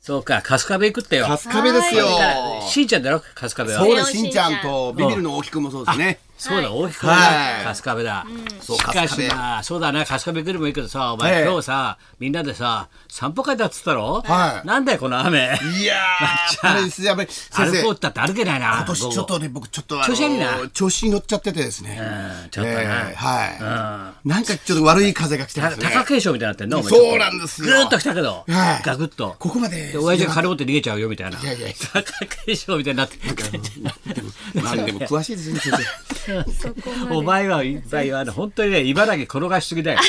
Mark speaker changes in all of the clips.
Speaker 1: そうか、春日部行くってよ。
Speaker 2: カスカベですよ。
Speaker 1: しんちゃんだろ春日部は。
Speaker 2: そ
Speaker 1: そ
Speaker 2: うです、しんちゃんとビビるの大木くんもそうですね。
Speaker 1: うだ、大きく
Speaker 2: はい
Speaker 1: 春日部だ。
Speaker 2: そう
Speaker 1: しかし
Speaker 2: 春日部
Speaker 1: な、そうだな、春日部来るもいいけどさ、お
Speaker 2: え
Speaker 1: 前
Speaker 2: え
Speaker 1: 今日さ、みんなでさ、散歩会だっつったろ
Speaker 2: はい
Speaker 1: なんだよ、この雨。
Speaker 2: いやー、やっぱりですねやっぱり先
Speaker 1: 歩
Speaker 2: 生、
Speaker 1: こうっ
Speaker 2: 今
Speaker 1: たって歩けないな。今
Speaker 2: 年ちょっとね、僕ちょっとあ
Speaker 1: 調子悪いな
Speaker 2: の、調子に乗っちゃっててですね。
Speaker 1: ちょっとな
Speaker 2: えーは
Speaker 1: う
Speaker 2: い。なんかちょっと悪い風が来てますね。
Speaker 1: 貴景勝みたいになってんのお前
Speaker 2: そうなんですよ
Speaker 1: ぐーっと来たけど、
Speaker 2: はい
Speaker 1: ガクッと。
Speaker 2: ここまで
Speaker 1: で、親父が金持って逃げちゃうよみたいな。
Speaker 2: いやいやいや
Speaker 1: 貴景勝みたいになって
Speaker 2: なんでも詳しいですね、先生。
Speaker 1: お前はいっぱいあの本当にね、茨城転がしすぎだよ。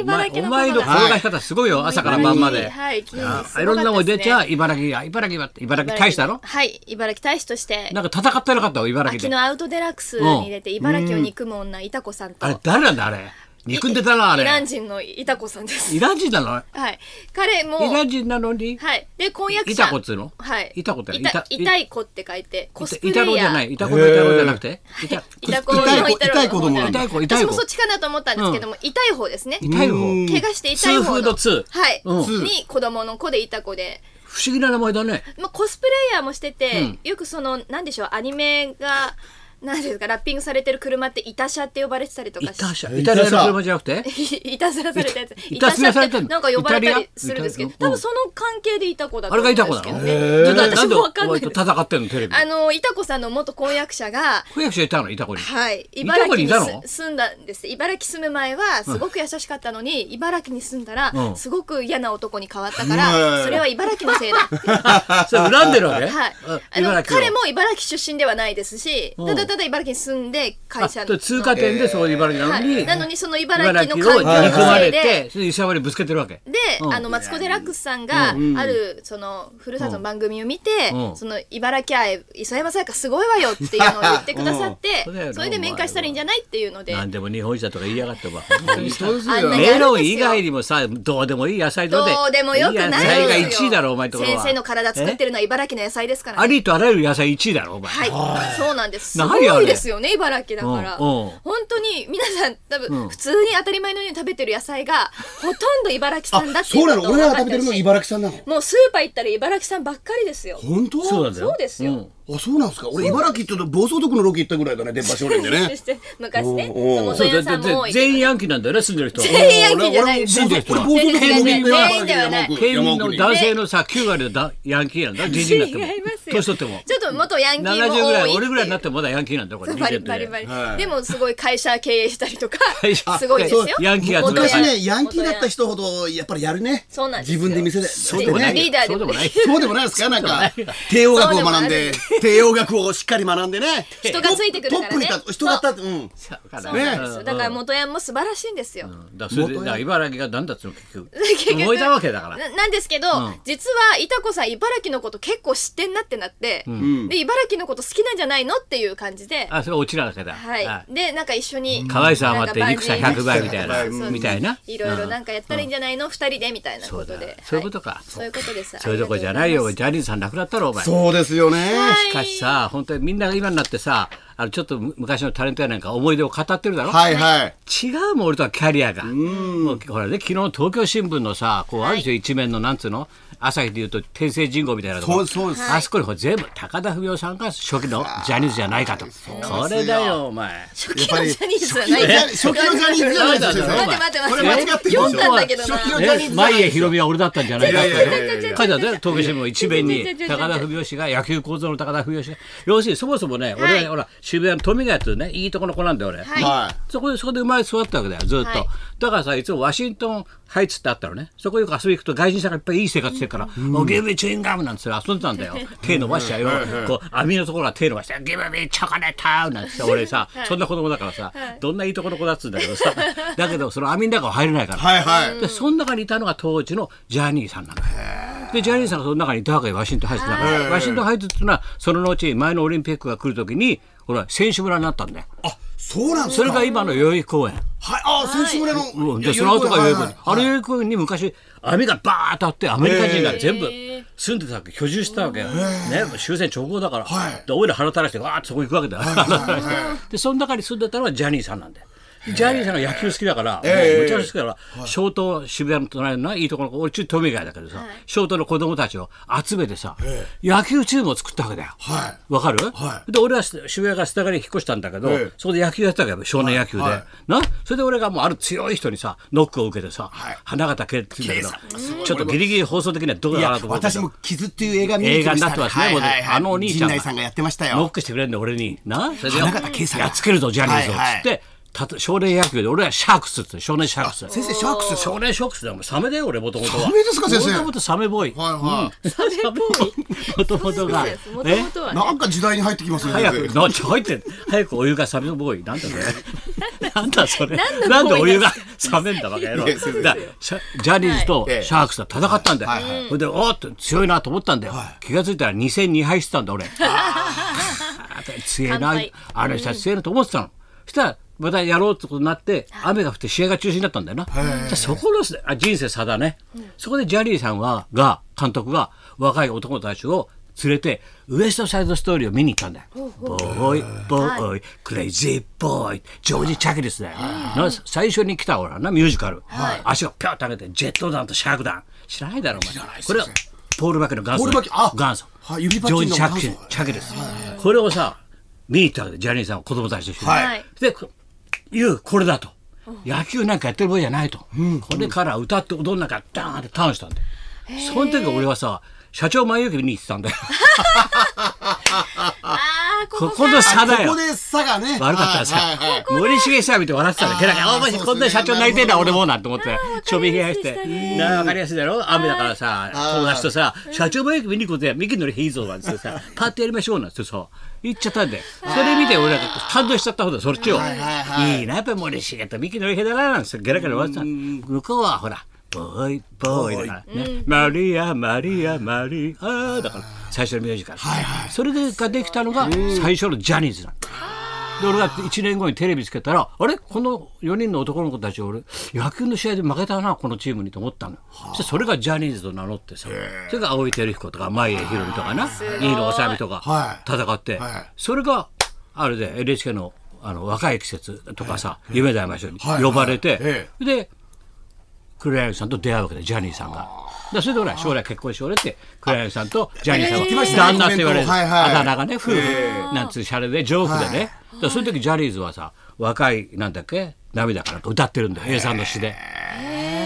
Speaker 1: お前
Speaker 3: 茨城
Speaker 1: お
Speaker 3: の
Speaker 1: 前の
Speaker 3: ことが
Speaker 1: 転がし方すごいよ、朝から晩まで。
Speaker 3: はい、昨日
Speaker 1: あ
Speaker 3: すごかったですね
Speaker 1: いろんなもん出ちゃう、茨城や、茨城は、茨城大使だろ
Speaker 3: はい、茨城大使として、
Speaker 1: なんか戦ってなかったわ、茨
Speaker 3: 秋
Speaker 1: 城で。
Speaker 3: のアウトデラックスに出て、茨城を憎む女、いた子さんと。
Speaker 1: あれ、誰なんだ、あれ。憎んでたな、あれ。
Speaker 3: イ
Speaker 1: イ
Speaker 3: ラン人のいた子さんです。
Speaker 1: ラン人なの
Speaker 3: はい。彼も、
Speaker 1: イラン人なのに。
Speaker 3: はい。で、婚約者。
Speaker 1: いた子っつうの
Speaker 3: はい。
Speaker 1: いた子って
Speaker 3: い
Speaker 1: いた
Speaker 3: た痛い子って書いて、コス
Speaker 1: い
Speaker 3: プレイ
Speaker 1: た
Speaker 3: ヤー。
Speaker 1: ろうじゃない、いたこのいたろうじゃなくて。いた
Speaker 3: いた子の
Speaker 2: 痛い子
Speaker 3: いた
Speaker 2: 痛
Speaker 3: ろう
Speaker 2: い子供なん
Speaker 1: だ
Speaker 3: 私も
Speaker 1: 痛い子痛い子
Speaker 3: そっちかなと思ったんですけども、痛い方ですね。
Speaker 1: 痛い方。
Speaker 2: うん
Speaker 3: 怪我して痛い方の。
Speaker 1: 痛風の痛
Speaker 3: はい。
Speaker 1: うん
Speaker 3: に子供の子でいた子で。
Speaker 1: 不思議な名前だね。
Speaker 3: まあ、コスプレイヤーもしてて、よくそのなんでしょうアニメがなんですかラッピングされてる車って「いた車」って呼ばれてたりと
Speaker 1: イ
Speaker 3: かし
Speaker 1: タ
Speaker 3: て。
Speaker 1: シャ。イタリアの
Speaker 2: イタリア
Speaker 1: 車じゃなくて。
Speaker 3: いたずらされたやつ
Speaker 1: いたずらされてんの
Speaker 3: いたずらってなんか呼ばれた
Speaker 1: イタリ
Speaker 3: り
Speaker 1: ア
Speaker 3: するんですけど
Speaker 1: イタリア
Speaker 3: 多分その関係でいた子だと
Speaker 1: あれ
Speaker 3: 思
Speaker 1: が
Speaker 3: う
Speaker 1: い
Speaker 3: んで
Speaker 1: た子
Speaker 3: す
Speaker 1: な
Speaker 3: け
Speaker 1: の
Speaker 3: ど
Speaker 1: え
Speaker 3: ね
Speaker 1: ー
Speaker 3: ちょっと
Speaker 1: な
Speaker 3: 私
Speaker 1: んで
Speaker 3: もわかん
Speaker 1: お
Speaker 3: な
Speaker 1: 前
Speaker 3: い
Speaker 1: と
Speaker 3: です
Speaker 1: 戦ってんの、テレビ。
Speaker 3: あのいた子さんの元婚約者が
Speaker 1: 区役所いたの、いた子に。
Speaker 3: はい
Speaker 1: た
Speaker 3: 茨
Speaker 1: 子
Speaker 3: 城
Speaker 1: にい
Speaker 3: に
Speaker 1: たの
Speaker 3: す住んだんです茨城住む前はすごく優しかったのに、茨城に住んだら、
Speaker 1: うん
Speaker 3: すごく嫌な男に変わったか
Speaker 2: う
Speaker 3: ら
Speaker 2: ん
Speaker 3: それは茨城のせいだ
Speaker 1: それ恨んでるわけ
Speaker 3: はい
Speaker 1: あ、
Speaker 3: あの
Speaker 1: 茨城を
Speaker 3: 彼も茨城出身ではないですし、
Speaker 1: うん
Speaker 3: ただただ茨城に住んで会社
Speaker 1: あと通過点でそういう茨城な
Speaker 3: は
Speaker 1: のに、
Speaker 3: い、なのにその茨
Speaker 1: 茨
Speaker 3: 城
Speaker 1: 城
Speaker 3: の
Speaker 1: を
Speaker 3: 環
Speaker 1: 煮
Speaker 3: 境
Speaker 1: 込ま
Speaker 3: のせ
Speaker 1: れ
Speaker 3: いで
Speaker 1: て、それで石割りぶつけてるわけ。
Speaker 3: で、
Speaker 1: うん
Speaker 3: あのマツコ・デラックスさんがあるそのふるさとの番組を見て、
Speaker 1: うん
Speaker 3: その茨城愛磯山さやかすごいわよっていうのを言ってくださって、
Speaker 1: うんうん
Speaker 3: それで面会したらいいんじゃないっていうので
Speaker 1: なんでも日本一だとか言いやがって ば。本当にさ
Speaker 2: そうです
Speaker 3: あんなに
Speaker 1: メロン以外にもさ、どうでもいい野菜
Speaker 3: ど
Speaker 1: ので。
Speaker 3: うでもよくないです
Speaker 1: 野
Speaker 3: よ
Speaker 1: 菜が1位だろ、お前のところ
Speaker 3: 先
Speaker 1: は。
Speaker 3: 生の体作ってるのは茨城の野菜ですから
Speaker 1: ありとあらゆる野菜1位だろ、お前。
Speaker 3: はい、そうなんです。す
Speaker 1: 何
Speaker 3: ご
Speaker 1: あれ
Speaker 3: いですよね、茨城だから。
Speaker 1: うんうん
Speaker 3: 本当に皆さん多
Speaker 1: うん
Speaker 3: 分普通に当たり前のように食べてる野菜がほとんど茨城産だってい
Speaker 2: そうう
Speaker 3: こ
Speaker 2: なの
Speaker 3: とが
Speaker 2: 俺らが
Speaker 3: 分か
Speaker 2: 食
Speaker 3: っ
Speaker 2: べ
Speaker 3: た
Speaker 2: てるの
Speaker 3: し、
Speaker 2: 茨城さんなの
Speaker 3: もうスーパー行ったら茨城産ばっかりですよ。
Speaker 2: 本当
Speaker 1: そうなんだよ。
Speaker 3: そうですよ
Speaker 1: ん
Speaker 2: あ、そうなんですか俺茨城って言うと暴走族のロケ行ったぐらいだね、電波少年でね
Speaker 3: そ。して昔ね、
Speaker 2: おうおう
Speaker 3: 友
Speaker 1: そう
Speaker 3: 屋
Speaker 1: だ
Speaker 3: さ
Speaker 1: だ
Speaker 3: ん
Speaker 1: だ
Speaker 3: も多いけど
Speaker 1: 全員ヤンキーなんだよね、住んでる人は。
Speaker 3: 全員ヤンキーじゃないです。
Speaker 1: 住んでる人は。
Speaker 2: 暴走族のロケ行った
Speaker 3: 全員ではない
Speaker 1: 県民の男
Speaker 2: 性
Speaker 1: 性のさ、9割のだヤンキーなんだ、じじいになっても
Speaker 3: 違います。よ
Speaker 1: 年取っても。
Speaker 3: ちょっと元ヤンキーも多いって
Speaker 1: 70
Speaker 3: う
Speaker 1: ぐらい、俺ぐらいになってもまだヤンキーなんだよ、これ。
Speaker 3: バリバリバ
Speaker 1: リ。
Speaker 3: リ、
Speaker 2: はい
Speaker 3: でもすごい会社経営したりとか
Speaker 1: 会社
Speaker 3: すごいですよ
Speaker 1: そうヤンキー集め
Speaker 3: 元
Speaker 2: 昔
Speaker 3: ヤン
Speaker 2: ね、ヤンキーだった人ほど、やっぱりやるね。
Speaker 3: そうなんですよ
Speaker 2: 自分で店で。
Speaker 1: そうでもないよ。
Speaker 3: リーダーで
Speaker 1: そうでもないよ。
Speaker 2: そうでもないですか、なんか。帝王学を学んで、帝王学をしっかり学んでね。
Speaker 3: 人がついてくるからね
Speaker 2: トップに立つ、人が立つ、うん。
Speaker 3: そうなんですよ
Speaker 1: ね
Speaker 3: だから元ヤンも素晴らしいんですよ、
Speaker 1: だからそれでだから茨城がなんだっつうの結局
Speaker 3: 結局
Speaker 1: 燃えたわけだから
Speaker 3: ななんですけど、
Speaker 1: うん
Speaker 3: 実はいた子さん茨城のこと結構知ってんなってなって、で茨城のこと好きなんじゃないのっていう感じで、
Speaker 1: あそれ落ちなわけだ
Speaker 3: はい
Speaker 1: あ
Speaker 3: でなんか一緒に
Speaker 1: 可愛さ余って
Speaker 3: なん
Speaker 1: 憎
Speaker 3: か
Speaker 1: さ
Speaker 3: バンジ
Speaker 1: 100
Speaker 3: ー
Speaker 1: 倍みたいな
Speaker 2: そうそうそう
Speaker 1: みたいない
Speaker 3: ろいろなんかやったらいいんじゃないの、二人でみたいなこ
Speaker 1: そう
Speaker 3: と
Speaker 1: だ
Speaker 3: で、
Speaker 1: そういう
Speaker 3: は
Speaker 1: ことか
Speaker 3: そういうことです
Speaker 1: そういうとこじゃないよジャニーズさん亡くなったろお前し
Speaker 2: そうですよね。
Speaker 1: かしさ本当にみんなが今になってさあのちょっと昔のタレントやなんか思い出を語ってるだろ
Speaker 2: はいはい。
Speaker 1: 違うもん俺とはキャリアがもうほらね昨日東京新聞のさこうあるでしょ、一面のなんつうの朝日でいうと天聖人口みたいなとこ
Speaker 2: そうそうです
Speaker 1: あそこにほら全部高田文夫さんが初期のジャニーズじゃないかとこれだよお前
Speaker 3: 初期のジャニーズじゃ
Speaker 2: 初
Speaker 3: ない
Speaker 2: 期のジャニ初期のジャニーズじゃないですよ。
Speaker 1: そうだ
Speaker 3: 待
Speaker 1: よ
Speaker 3: って待って待って
Speaker 2: これ間違ってるでしょ
Speaker 3: 読んだんだけどな
Speaker 2: 初期のジャニーズ
Speaker 1: ね、前江博美は俺だったんじゃないかって
Speaker 2: いやいやいやいや
Speaker 1: 書いてあったよ東京新聞の一面に
Speaker 3: 違う違う違う違う
Speaker 1: 高田文雄氏が野球構造の高田文雄氏が要するにそもそもね、
Speaker 3: は
Speaker 1: 俺
Speaker 3: い
Speaker 1: はほら渋谷の富ヶ谷っていうねいいとこの子なんだよ俺、
Speaker 3: はい
Speaker 2: は
Speaker 1: そこでそこで生まれ育ったわけだよずっと、
Speaker 3: はい
Speaker 1: だからさいつもワシントンハイツってあったのねそこよく遊び行くと外人さんがいっぱいいい生活してるから「おギブミチューインガム」なんつって遊んでたんだよ手伸ばしちゃうよこう網のところは手伸ばして「ギブミチョコレート」なんつって俺さ、そんな子供だからさ、どんないいとこの子だっつうんだけどさだけどその網の中は入れないから、
Speaker 2: はいはい
Speaker 1: でその中にいたのが当時のジャニーさんなのよでジャニーさんがその中にいたわけよワシントンハイツの中に
Speaker 2: はい
Speaker 1: ワシントンハイツっていうのはその後前のオリンピックが来る時にほら選手村になったんだよ
Speaker 2: い。あ、そうなんです
Speaker 1: そ
Speaker 2: か。
Speaker 1: れが今の代々木公園
Speaker 2: はい、あ、選手村
Speaker 1: う
Speaker 2: の。
Speaker 1: んでその後が代々木公園あ
Speaker 2: あ
Speaker 1: れ
Speaker 2: れ
Speaker 1: 代々木公園に昔網がバーッとあってアメリカ人が全部住んでたわけ居住してたわけよ、ね、終戦直後だから、
Speaker 2: はい
Speaker 1: で俺ら腹垂らしてわーっとそこ行くわけだよでその中に住んでたのはジャニーさんなんだよジャニーさんが野球好きだから、
Speaker 2: ええ
Speaker 1: めちゃくちゃ好きだから、ショート渋谷の隣のないいところの俺ちょっと遠目外だけどさ、ショートの子供たちを集めてさ、野球チームを作ったわけだよ。
Speaker 2: は
Speaker 1: わかる、
Speaker 2: は
Speaker 1: で俺は渋谷から世田谷に引っ越したんだけど、
Speaker 2: ええ
Speaker 1: そこで野球やってたわけど少年野球で、
Speaker 2: はいはい
Speaker 1: なそれで俺がもうある強い人にさノックを受けてさ、
Speaker 2: はい
Speaker 1: 花形圭って言うんだ
Speaker 2: 圭
Speaker 1: けどちょっとギリギリ放送的にはどう
Speaker 2: い。い
Speaker 1: だ
Speaker 2: や
Speaker 1: なと、思って
Speaker 2: 私も傷っていう映画見に
Speaker 1: 映
Speaker 2: 行
Speaker 1: 画
Speaker 2: き
Speaker 1: に
Speaker 2: ま
Speaker 1: な
Speaker 2: し
Speaker 1: ったてますね、
Speaker 2: はい
Speaker 1: もうね
Speaker 2: はいはい
Speaker 1: あのお兄ちゃん
Speaker 2: 陣内さんがやってました
Speaker 1: ノッ
Speaker 2: よ。
Speaker 1: クしてくれんだよ俺になそれで
Speaker 2: 花形圭さんが
Speaker 1: やっつけるぞジャニーズを」つ
Speaker 2: はいはい
Speaker 1: って、たと少年野球で俺はシャークスっつって少年シャークス
Speaker 2: 先生シャークス。
Speaker 1: 少年ショックスだよもうサメだよ俺もともとは
Speaker 2: サメですか先生
Speaker 1: もともとサメボーイ
Speaker 2: はいは
Speaker 1: サメボーイもともとが
Speaker 3: もと
Speaker 1: え
Speaker 3: もと
Speaker 2: い。
Speaker 3: はね
Speaker 2: なんか時代に入ってきますね。
Speaker 1: 早
Speaker 2: 先
Speaker 1: く
Speaker 2: 生
Speaker 1: のちょ入って早くお湯が冷めるボーイなんだ それなんだそれ
Speaker 3: 何の
Speaker 1: なんで
Speaker 3: ボ
Speaker 1: お
Speaker 3: ーイ
Speaker 1: 湯
Speaker 3: な
Speaker 1: が
Speaker 3: んで
Speaker 1: 冷めんだバカ野郎
Speaker 2: いやそうですよ
Speaker 1: だからシャジャニーズと
Speaker 2: はい
Speaker 1: シャークスは戦ったんだよ
Speaker 2: はいはい
Speaker 1: それでおーっと強いなと思ったんだよ気がついたら2戦2敗してたんだ俺強い
Speaker 3: 乾
Speaker 1: な
Speaker 3: 杯
Speaker 1: あの人は強いなと思ってたのそしたらまたやろうってことになって雨が降って試合が中止になったんだよなじゃあそこのあ人生差だねそこでジャニーさんはが監督が若い男たちを連れてウエストサイドストーリーを見に行ったんだよ。ボーイ、ボーイ、クレイジーボーイ、ジョージ・チャキリスだよ。な最初に来たほらな、ミュージカル。足をぴょっと上げて、ジェット弾とシャーク弾。知らないだろ、お前。これはポール・バキの元祖。
Speaker 2: ポールバキあ
Speaker 1: 元祖。
Speaker 2: はい指パッ
Speaker 1: ジョー
Speaker 2: チン
Speaker 1: ジ・チャ
Speaker 2: の
Speaker 1: キ
Speaker 2: 元祖
Speaker 1: チャキです。これをさ、見に行ったわけで、ジャニーさんは子供たちと一緒に。
Speaker 2: はい
Speaker 3: はい
Speaker 1: で、こ言う、これだと。野球なんかやってる場合じゃないと。これから歌って踊んなきゃ、ダーンってターンしたんだよ。その時俺はさ、社長前行き見に行ってたんだ よ。
Speaker 3: あーこ
Speaker 1: こ
Speaker 3: こ
Speaker 1: こ
Speaker 3: か
Speaker 1: の差だ
Speaker 2: こ
Speaker 1: よ
Speaker 2: こ。で差がね。
Speaker 1: 悪かったらさ、
Speaker 2: はいはいはい
Speaker 1: 森重さん見て笑ってたんだけど、
Speaker 2: あー
Speaker 1: お前
Speaker 2: そうですね
Speaker 1: こんな社長になりてえな、俺もなんて思って、ちょびひやし
Speaker 3: わか
Speaker 1: て
Speaker 3: りやすいで、
Speaker 1: なあ、わかりやすいだろ雨だからさ、友達とさ、社長もよく見に行こうぜ、ミキのりいいぞ、なんつって さ、パーティーやりましょうなんつってさ、言っちゃったんだよ。それ見て俺なんか感動しちゃったほど、そっちを。
Speaker 2: はいはいはい
Speaker 1: いいな、やっぱ森重とミキのりだな、なんつってゲラゲラ笑ってたの向こうはほら、ボーイ、ボーイだからね。マリア、マリア、マリア、だから最初のミュージカル。
Speaker 2: はいはい
Speaker 1: それができたのが最初のジャニーズなんだ。で俺が1年後にテレビつけたらあれこの4人の男の子たち俺野球の試合で負けたなこのチームにと思ったのよ、そそれがジャニーズと名乗ってさそれが青井輝彦とか前江宏美とかな飯野修美と
Speaker 2: は
Speaker 1: か
Speaker 2: い
Speaker 1: 戦って、
Speaker 2: はい
Speaker 1: それがあれで NHK のあの若い季節とかさ、夢だいましょうに
Speaker 2: はい
Speaker 1: 呼ばれて、
Speaker 2: え
Speaker 1: で黒柳さんと出会うわけでジャニーさんが。だそれでほら将来結婚しようねって黒柳さんとジャニーさん
Speaker 2: 言ってま
Speaker 1: は
Speaker 2: した
Speaker 1: 旦
Speaker 2: ね
Speaker 1: 那って言われる
Speaker 2: コメントをはいはい
Speaker 1: あだ名がね夫婦なんつうシャレでジョークでね、だからそういう時ジャニーズはさ若いなんだっけ涙かなんか歌ってるんだよ A さんの詩で。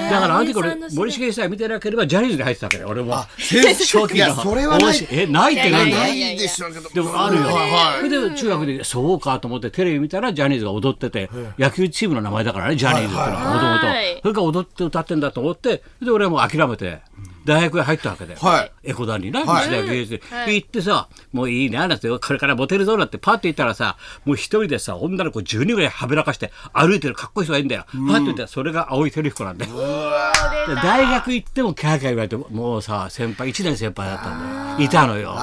Speaker 1: だからあの時俺
Speaker 3: へー
Speaker 1: 森重さん見てなければジャニーズに入ってたわけど俺も
Speaker 2: 先生いやそれは
Speaker 1: 面
Speaker 2: ない
Speaker 1: 白いえないってなんだよ
Speaker 2: ないでしょうけど。
Speaker 1: でもあるよ。
Speaker 2: はいはい
Speaker 1: それで中学でそうかと思ってテレビ見たらジャニーズが踊ってて野球チームの名前だからねジャニーズっていうのはもともと
Speaker 3: はい
Speaker 1: それから踊って歌ってんだと思ってで俺はもう諦めて大学へ入ったわけで、
Speaker 2: はい
Speaker 1: エコ団にな、
Speaker 2: はい
Speaker 1: 日大芸術
Speaker 3: うんは
Speaker 1: で
Speaker 3: い
Speaker 1: 行ってさもういいななんてこれからモテるぞなんてパッて行ったらさもう一人でさ女の子10人ぐらいはべらかして歩いてるかっこいい人がいるんだよ、パッて行ったらそれが青井輝彦なんだよ。で大学行ってもキャーキャー言われてもうさ先輩1年先輩だったんだよいたのよ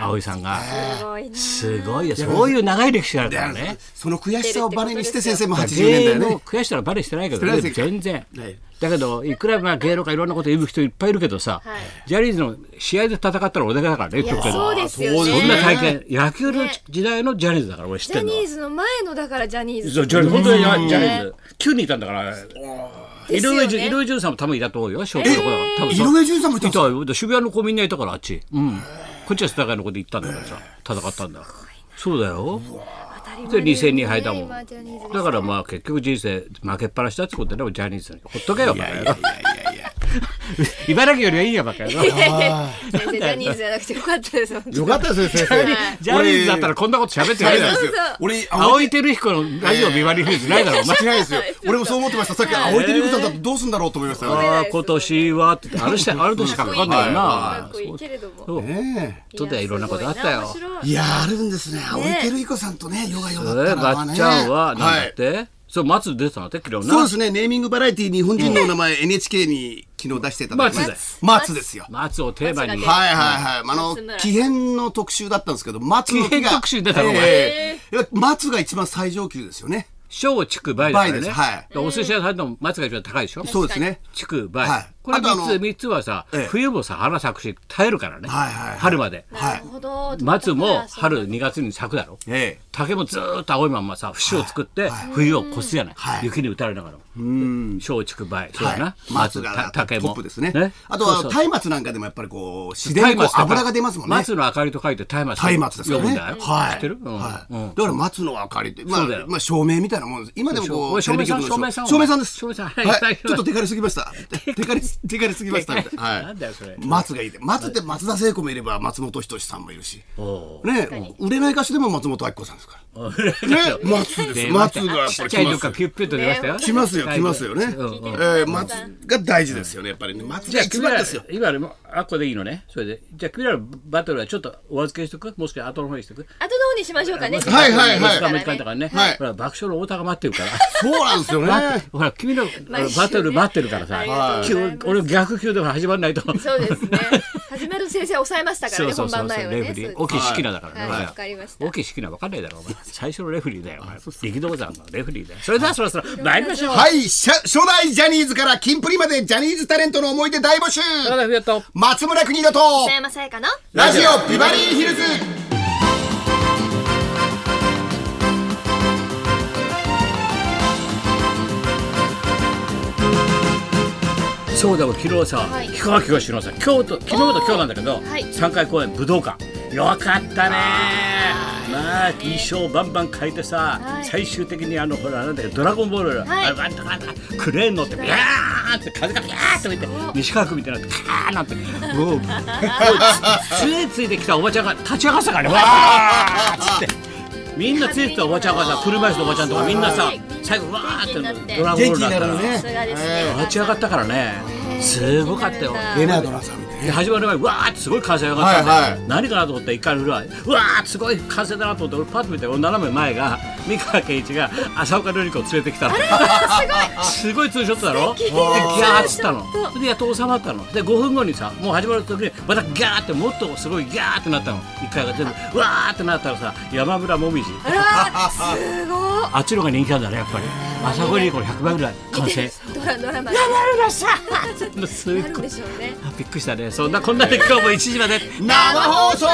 Speaker 1: 青井さんが。
Speaker 3: すごいな
Speaker 1: すごいよ、そういう長い歴史があるからね。
Speaker 2: その悔しさをバネにして先生も80年
Speaker 1: 芸
Speaker 2: 代
Speaker 1: 能
Speaker 2: ね。
Speaker 1: 悔しさはバレしてないけど
Speaker 2: してな
Speaker 1: ね
Speaker 2: いですよ
Speaker 1: 全然
Speaker 2: はい
Speaker 1: だけどいくらまあ芸能界いろんなこと言う人いっぱいいるけどさ、
Speaker 3: はい
Speaker 1: ジャニーズの試合で戦ったら俺だけだからね言っとくけど
Speaker 3: そうですよね
Speaker 1: そんな体験野球の時代のジャニーズだから俺知っ
Speaker 3: ジ
Speaker 1: て
Speaker 3: ャ
Speaker 1: んの
Speaker 3: ニーズの前のだからジャニー
Speaker 1: そう
Speaker 3: ズ
Speaker 1: ジャニーズ本当にジャニーズ9人いたんだから井
Speaker 3: ですよ
Speaker 1: 上
Speaker 3: ね
Speaker 1: 順井上潤さんも多分いたと思うよ小学校の頃多分
Speaker 2: 井
Speaker 1: そう
Speaker 2: 上潤さんもいたん
Speaker 1: い
Speaker 2: です
Speaker 1: た
Speaker 2: か
Speaker 1: よで渋谷の子みんないたからあっち、うん、こっちは世田谷の子で行ったんだからさ戦ったんだそうだよで2戦2敗だもんだからまあ結局人生負けっぱなしだってことでもジャニーズにほっとけよバカ野郎茨城よりはいいやばかよ
Speaker 3: 先生ジャニーズじゃなくてよかったです
Speaker 2: よかったですね、先生。
Speaker 1: ジャニーズだったらこんなこと喋ってない
Speaker 2: 俺、
Speaker 1: だ
Speaker 2: あれ
Speaker 1: ろ
Speaker 2: なんですよ
Speaker 3: そうそう
Speaker 2: 俺、
Speaker 1: 青井輝彦のラジオビバリーヒルズないだろお前
Speaker 2: 間違いですよ。俺もそう思ってました。さっき、青い照子さんだとどうすんだろうと思いましたよ。
Speaker 1: ああ今年はってあの人あの年しかかかんないよ
Speaker 3: か
Speaker 1: な
Speaker 3: っこいいけれども
Speaker 1: そう
Speaker 2: ね
Speaker 1: とでいろんなことあったよ
Speaker 3: すごいな面白
Speaker 2: え
Speaker 3: い
Speaker 2: いやー、あるんですね。青い照子さんとね、ヨガヨガだ
Speaker 1: え
Speaker 2: った
Speaker 1: ば
Speaker 2: のは
Speaker 1: っ
Speaker 2: ね。
Speaker 1: ちゃんはなん
Speaker 2: は
Speaker 1: だっ
Speaker 2: い。
Speaker 1: て、そう松出てたのって昨日な
Speaker 2: そうですね、ネーミングバラエティ日本人のお名前、NHK に昨日出していただきま
Speaker 1: 松
Speaker 2: し
Speaker 1: だよ
Speaker 2: た。松ですよ。
Speaker 1: 松をテーマに
Speaker 3: 松が
Speaker 2: はいはいはい。あの
Speaker 3: 松村、
Speaker 2: 奇変の特集だったんですけど、松の
Speaker 1: 奇
Speaker 2: 木
Speaker 1: 変
Speaker 2: が。
Speaker 1: 特集出たの
Speaker 2: え
Speaker 1: お前
Speaker 2: えいや松が一番最上級ですよね。
Speaker 1: 小竹梅ですから
Speaker 2: 梅です
Speaker 1: ね、
Speaker 2: はい
Speaker 1: お寿司屋さんの松が一番高いでしょ
Speaker 2: そうですね。
Speaker 1: 竹梅、
Speaker 2: はい
Speaker 1: これ
Speaker 2: あとあ
Speaker 1: 3
Speaker 2: の
Speaker 1: つ三つはさ、
Speaker 2: ええ
Speaker 1: 冬もさ花咲くし耐えるからね、
Speaker 2: はいはいはい
Speaker 1: 春まで
Speaker 2: はい
Speaker 3: なるほど。
Speaker 1: 松も
Speaker 3: そう
Speaker 1: 春2月に咲くだろ
Speaker 2: ええ
Speaker 1: 竹もずーっと青いまんまさ節を作って冬を越すじゃない、
Speaker 2: はい
Speaker 1: 雪に打たれながら
Speaker 2: うん
Speaker 1: 松竹梅そう
Speaker 2: は
Speaker 1: だ
Speaker 2: い
Speaker 1: な、、
Speaker 2: 松が
Speaker 1: た竹
Speaker 2: ト
Speaker 1: も
Speaker 2: ップですね
Speaker 1: ね
Speaker 2: あとは
Speaker 1: そうそう
Speaker 2: 松明なんかでもやっぱりこう自然にこう油が出ますもんね
Speaker 1: 松の明かりと書いて松明
Speaker 2: 松明ですか
Speaker 1: 呼ぶん
Speaker 2: ね。
Speaker 1: だよ、
Speaker 2: はい。
Speaker 1: 知ってる、うん
Speaker 2: はい
Speaker 1: うん
Speaker 2: だから松の明かりって、まあ
Speaker 1: そうだよ、
Speaker 2: まあ、照明みたいなもんです。今でもこう、
Speaker 1: 照明さん
Speaker 2: テレビ局の照
Speaker 1: 照
Speaker 2: 明
Speaker 1: 明
Speaker 2: さ
Speaker 1: さ
Speaker 2: ん
Speaker 1: ん
Speaker 2: です。
Speaker 1: 照明さんはい
Speaker 2: はい。ち
Speaker 1: 照明さん
Speaker 2: ょっとテカりすぎ ました。テカり、テカりすぎました。
Speaker 1: テカ
Speaker 2: はい。
Speaker 1: なんだよそれ
Speaker 2: 松がいいって、松って松田聖子もいれば、松本人志さんもいるし。
Speaker 1: お
Speaker 2: ね、売れない歌手でも松本明子さんです から。
Speaker 1: うね
Speaker 2: ね、松です。松がやっ
Speaker 1: ち
Speaker 2: ぱ
Speaker 1: っ
Speaker 2: り
Speaker 1: ちゃい
Speaker 2: 来
Speaker 1: の
Speaker 2: ます
Speaker 1: か
Speaker 2: よ。
Speaker 1: ピュッピュッと出ましたよ
Speaker 2: 来ますよ、来ますよね。え
Speaker 1: うんうん
Speaker 2: ー松が大事ですよね、やっぱりね。松
Speaker 1: じゃ
Speaker 2: が
Speaker 1: あ
Speaker 2: 一
Speaker 1: 君
Speaker 2: 番
Speaker 1: ら
Speaker 2: ですよ。
Speaker 1: 今でもあっこでいいのねそれでじゃあ君らのバトルはちょっとお預けしとくもしくは後の方にしとく
Speaker 3: 後の方にしましょうかね。
Speaker 2: はいはいはい
Speaker 1: アメリカンだからね、
Speaker 2: はい
Speaker 1: ほら爆笑の太田が待ってるから
Speaker 2: そうなんですよね。
Speaker 1: ほら君の
Speaker 3: 毎週ね
Speaker 1: バトル待ってるから
Speaker 3: ありが
Speaker 1: さ、
Speaker 3: とうございま
Speaker 1: 急
Speaker 3: す
Speaker 1: 俺逆級でも始まらないと
Speaker 3: そうですね。始める先生抑えましたからね、本番前は
Speaker 1: レフ
Speaker 3: ね。
Speaker 1: ェリー
Speaker 3: そう
Speaker 1: オ
Speaker 3: で
Speaker 1: キシキナだからね
Speaker 3: はい
Speaker 1: 俺ら
Speaker 3: わかりました
Speaker 1: オキシキナわかんないだろお前最初のレフェリーだよお前力道山のレフェリーだよそれではそろそろ参りましょう
Speaker 2: はい、しゃ初代ジャニーズから金プリまでジャニーズタレントの思い出大募集
Speaker 1: 高田冬と
Speaker 2: 松村邦洋と
Speaker 3: す北山さやかの。
Speaker 2: ラジオビバリーヒルズ
Speaker 1: そうだよ昨日さ、
Speaker 3: はい
Speaker 1: 氷川きよしのさ今日と昨日と今日なんだけど、
Speaker 3: おーはい
Speaker 1: 3回公演武道館よかったねまあ衣装バンバン変えてさ、
Speaker 3: はい
Speaker 1: 最終的にあのほらなんだよドラゴンボールの、
Speaker 3: はい
Speaker 1: あれワンタカンタクレーン乗ってビャーって風がビャーって吹いて西川君みたいになってカーなんて もうもうつ杖ついてきたおばちゃんが立ち上がったから ねわーっつって。みんなついてたおばちゃんがさ車椅子のおばちゃんとかみんなさ
Speaker 3: はい
Speaker 1: 最後わーって
Speaker 3: 元気になって
Speaker 1: ドラゴンボールだったら
Speaker 2: 元気になるね
Speaker 3: さすがですね。
Speaker 1: 立ち上がったからねすごかったよ
Speaker 3: へー
Speaker 2: レナードラさんみたい
Speaker 1: で始まる前わーってすごい歓声上がったんで、
Speaker 2: はいはい
Speaker 1: 何かなと思ったら一回の裏わーってすごい歓声だなと思って俺パッと見て俺斜め前 が三河健一が浅岡瑠璃子を連れてきたの すごいツーショットだろでギ
Speaker 3: 敵
Speaker 1: ャーっつった
Speaker 3: ツーショッ
Speaker 1: のでやっと収まったので5分後にさもう始まる時にまたギャーってもっとすごいギャーってなったの一回が全部わーってなったらさ山村もみじ
Speaker 3: うわーすごい。
Speaker 1: あっちの方が人気なんだねやっぱり浅岡瑠璃子の100倍ぐらい歓声
Speaker 3: ドラドラマ。
Speaker 1: 山村さん すっ
Speaker 3: なるん
Speaker 1: ごい
Speaker 3: でしょうね。
Speaker 1: あびっくりしたねそんなこんなで今日も1時まで
Speaker 2: な生放送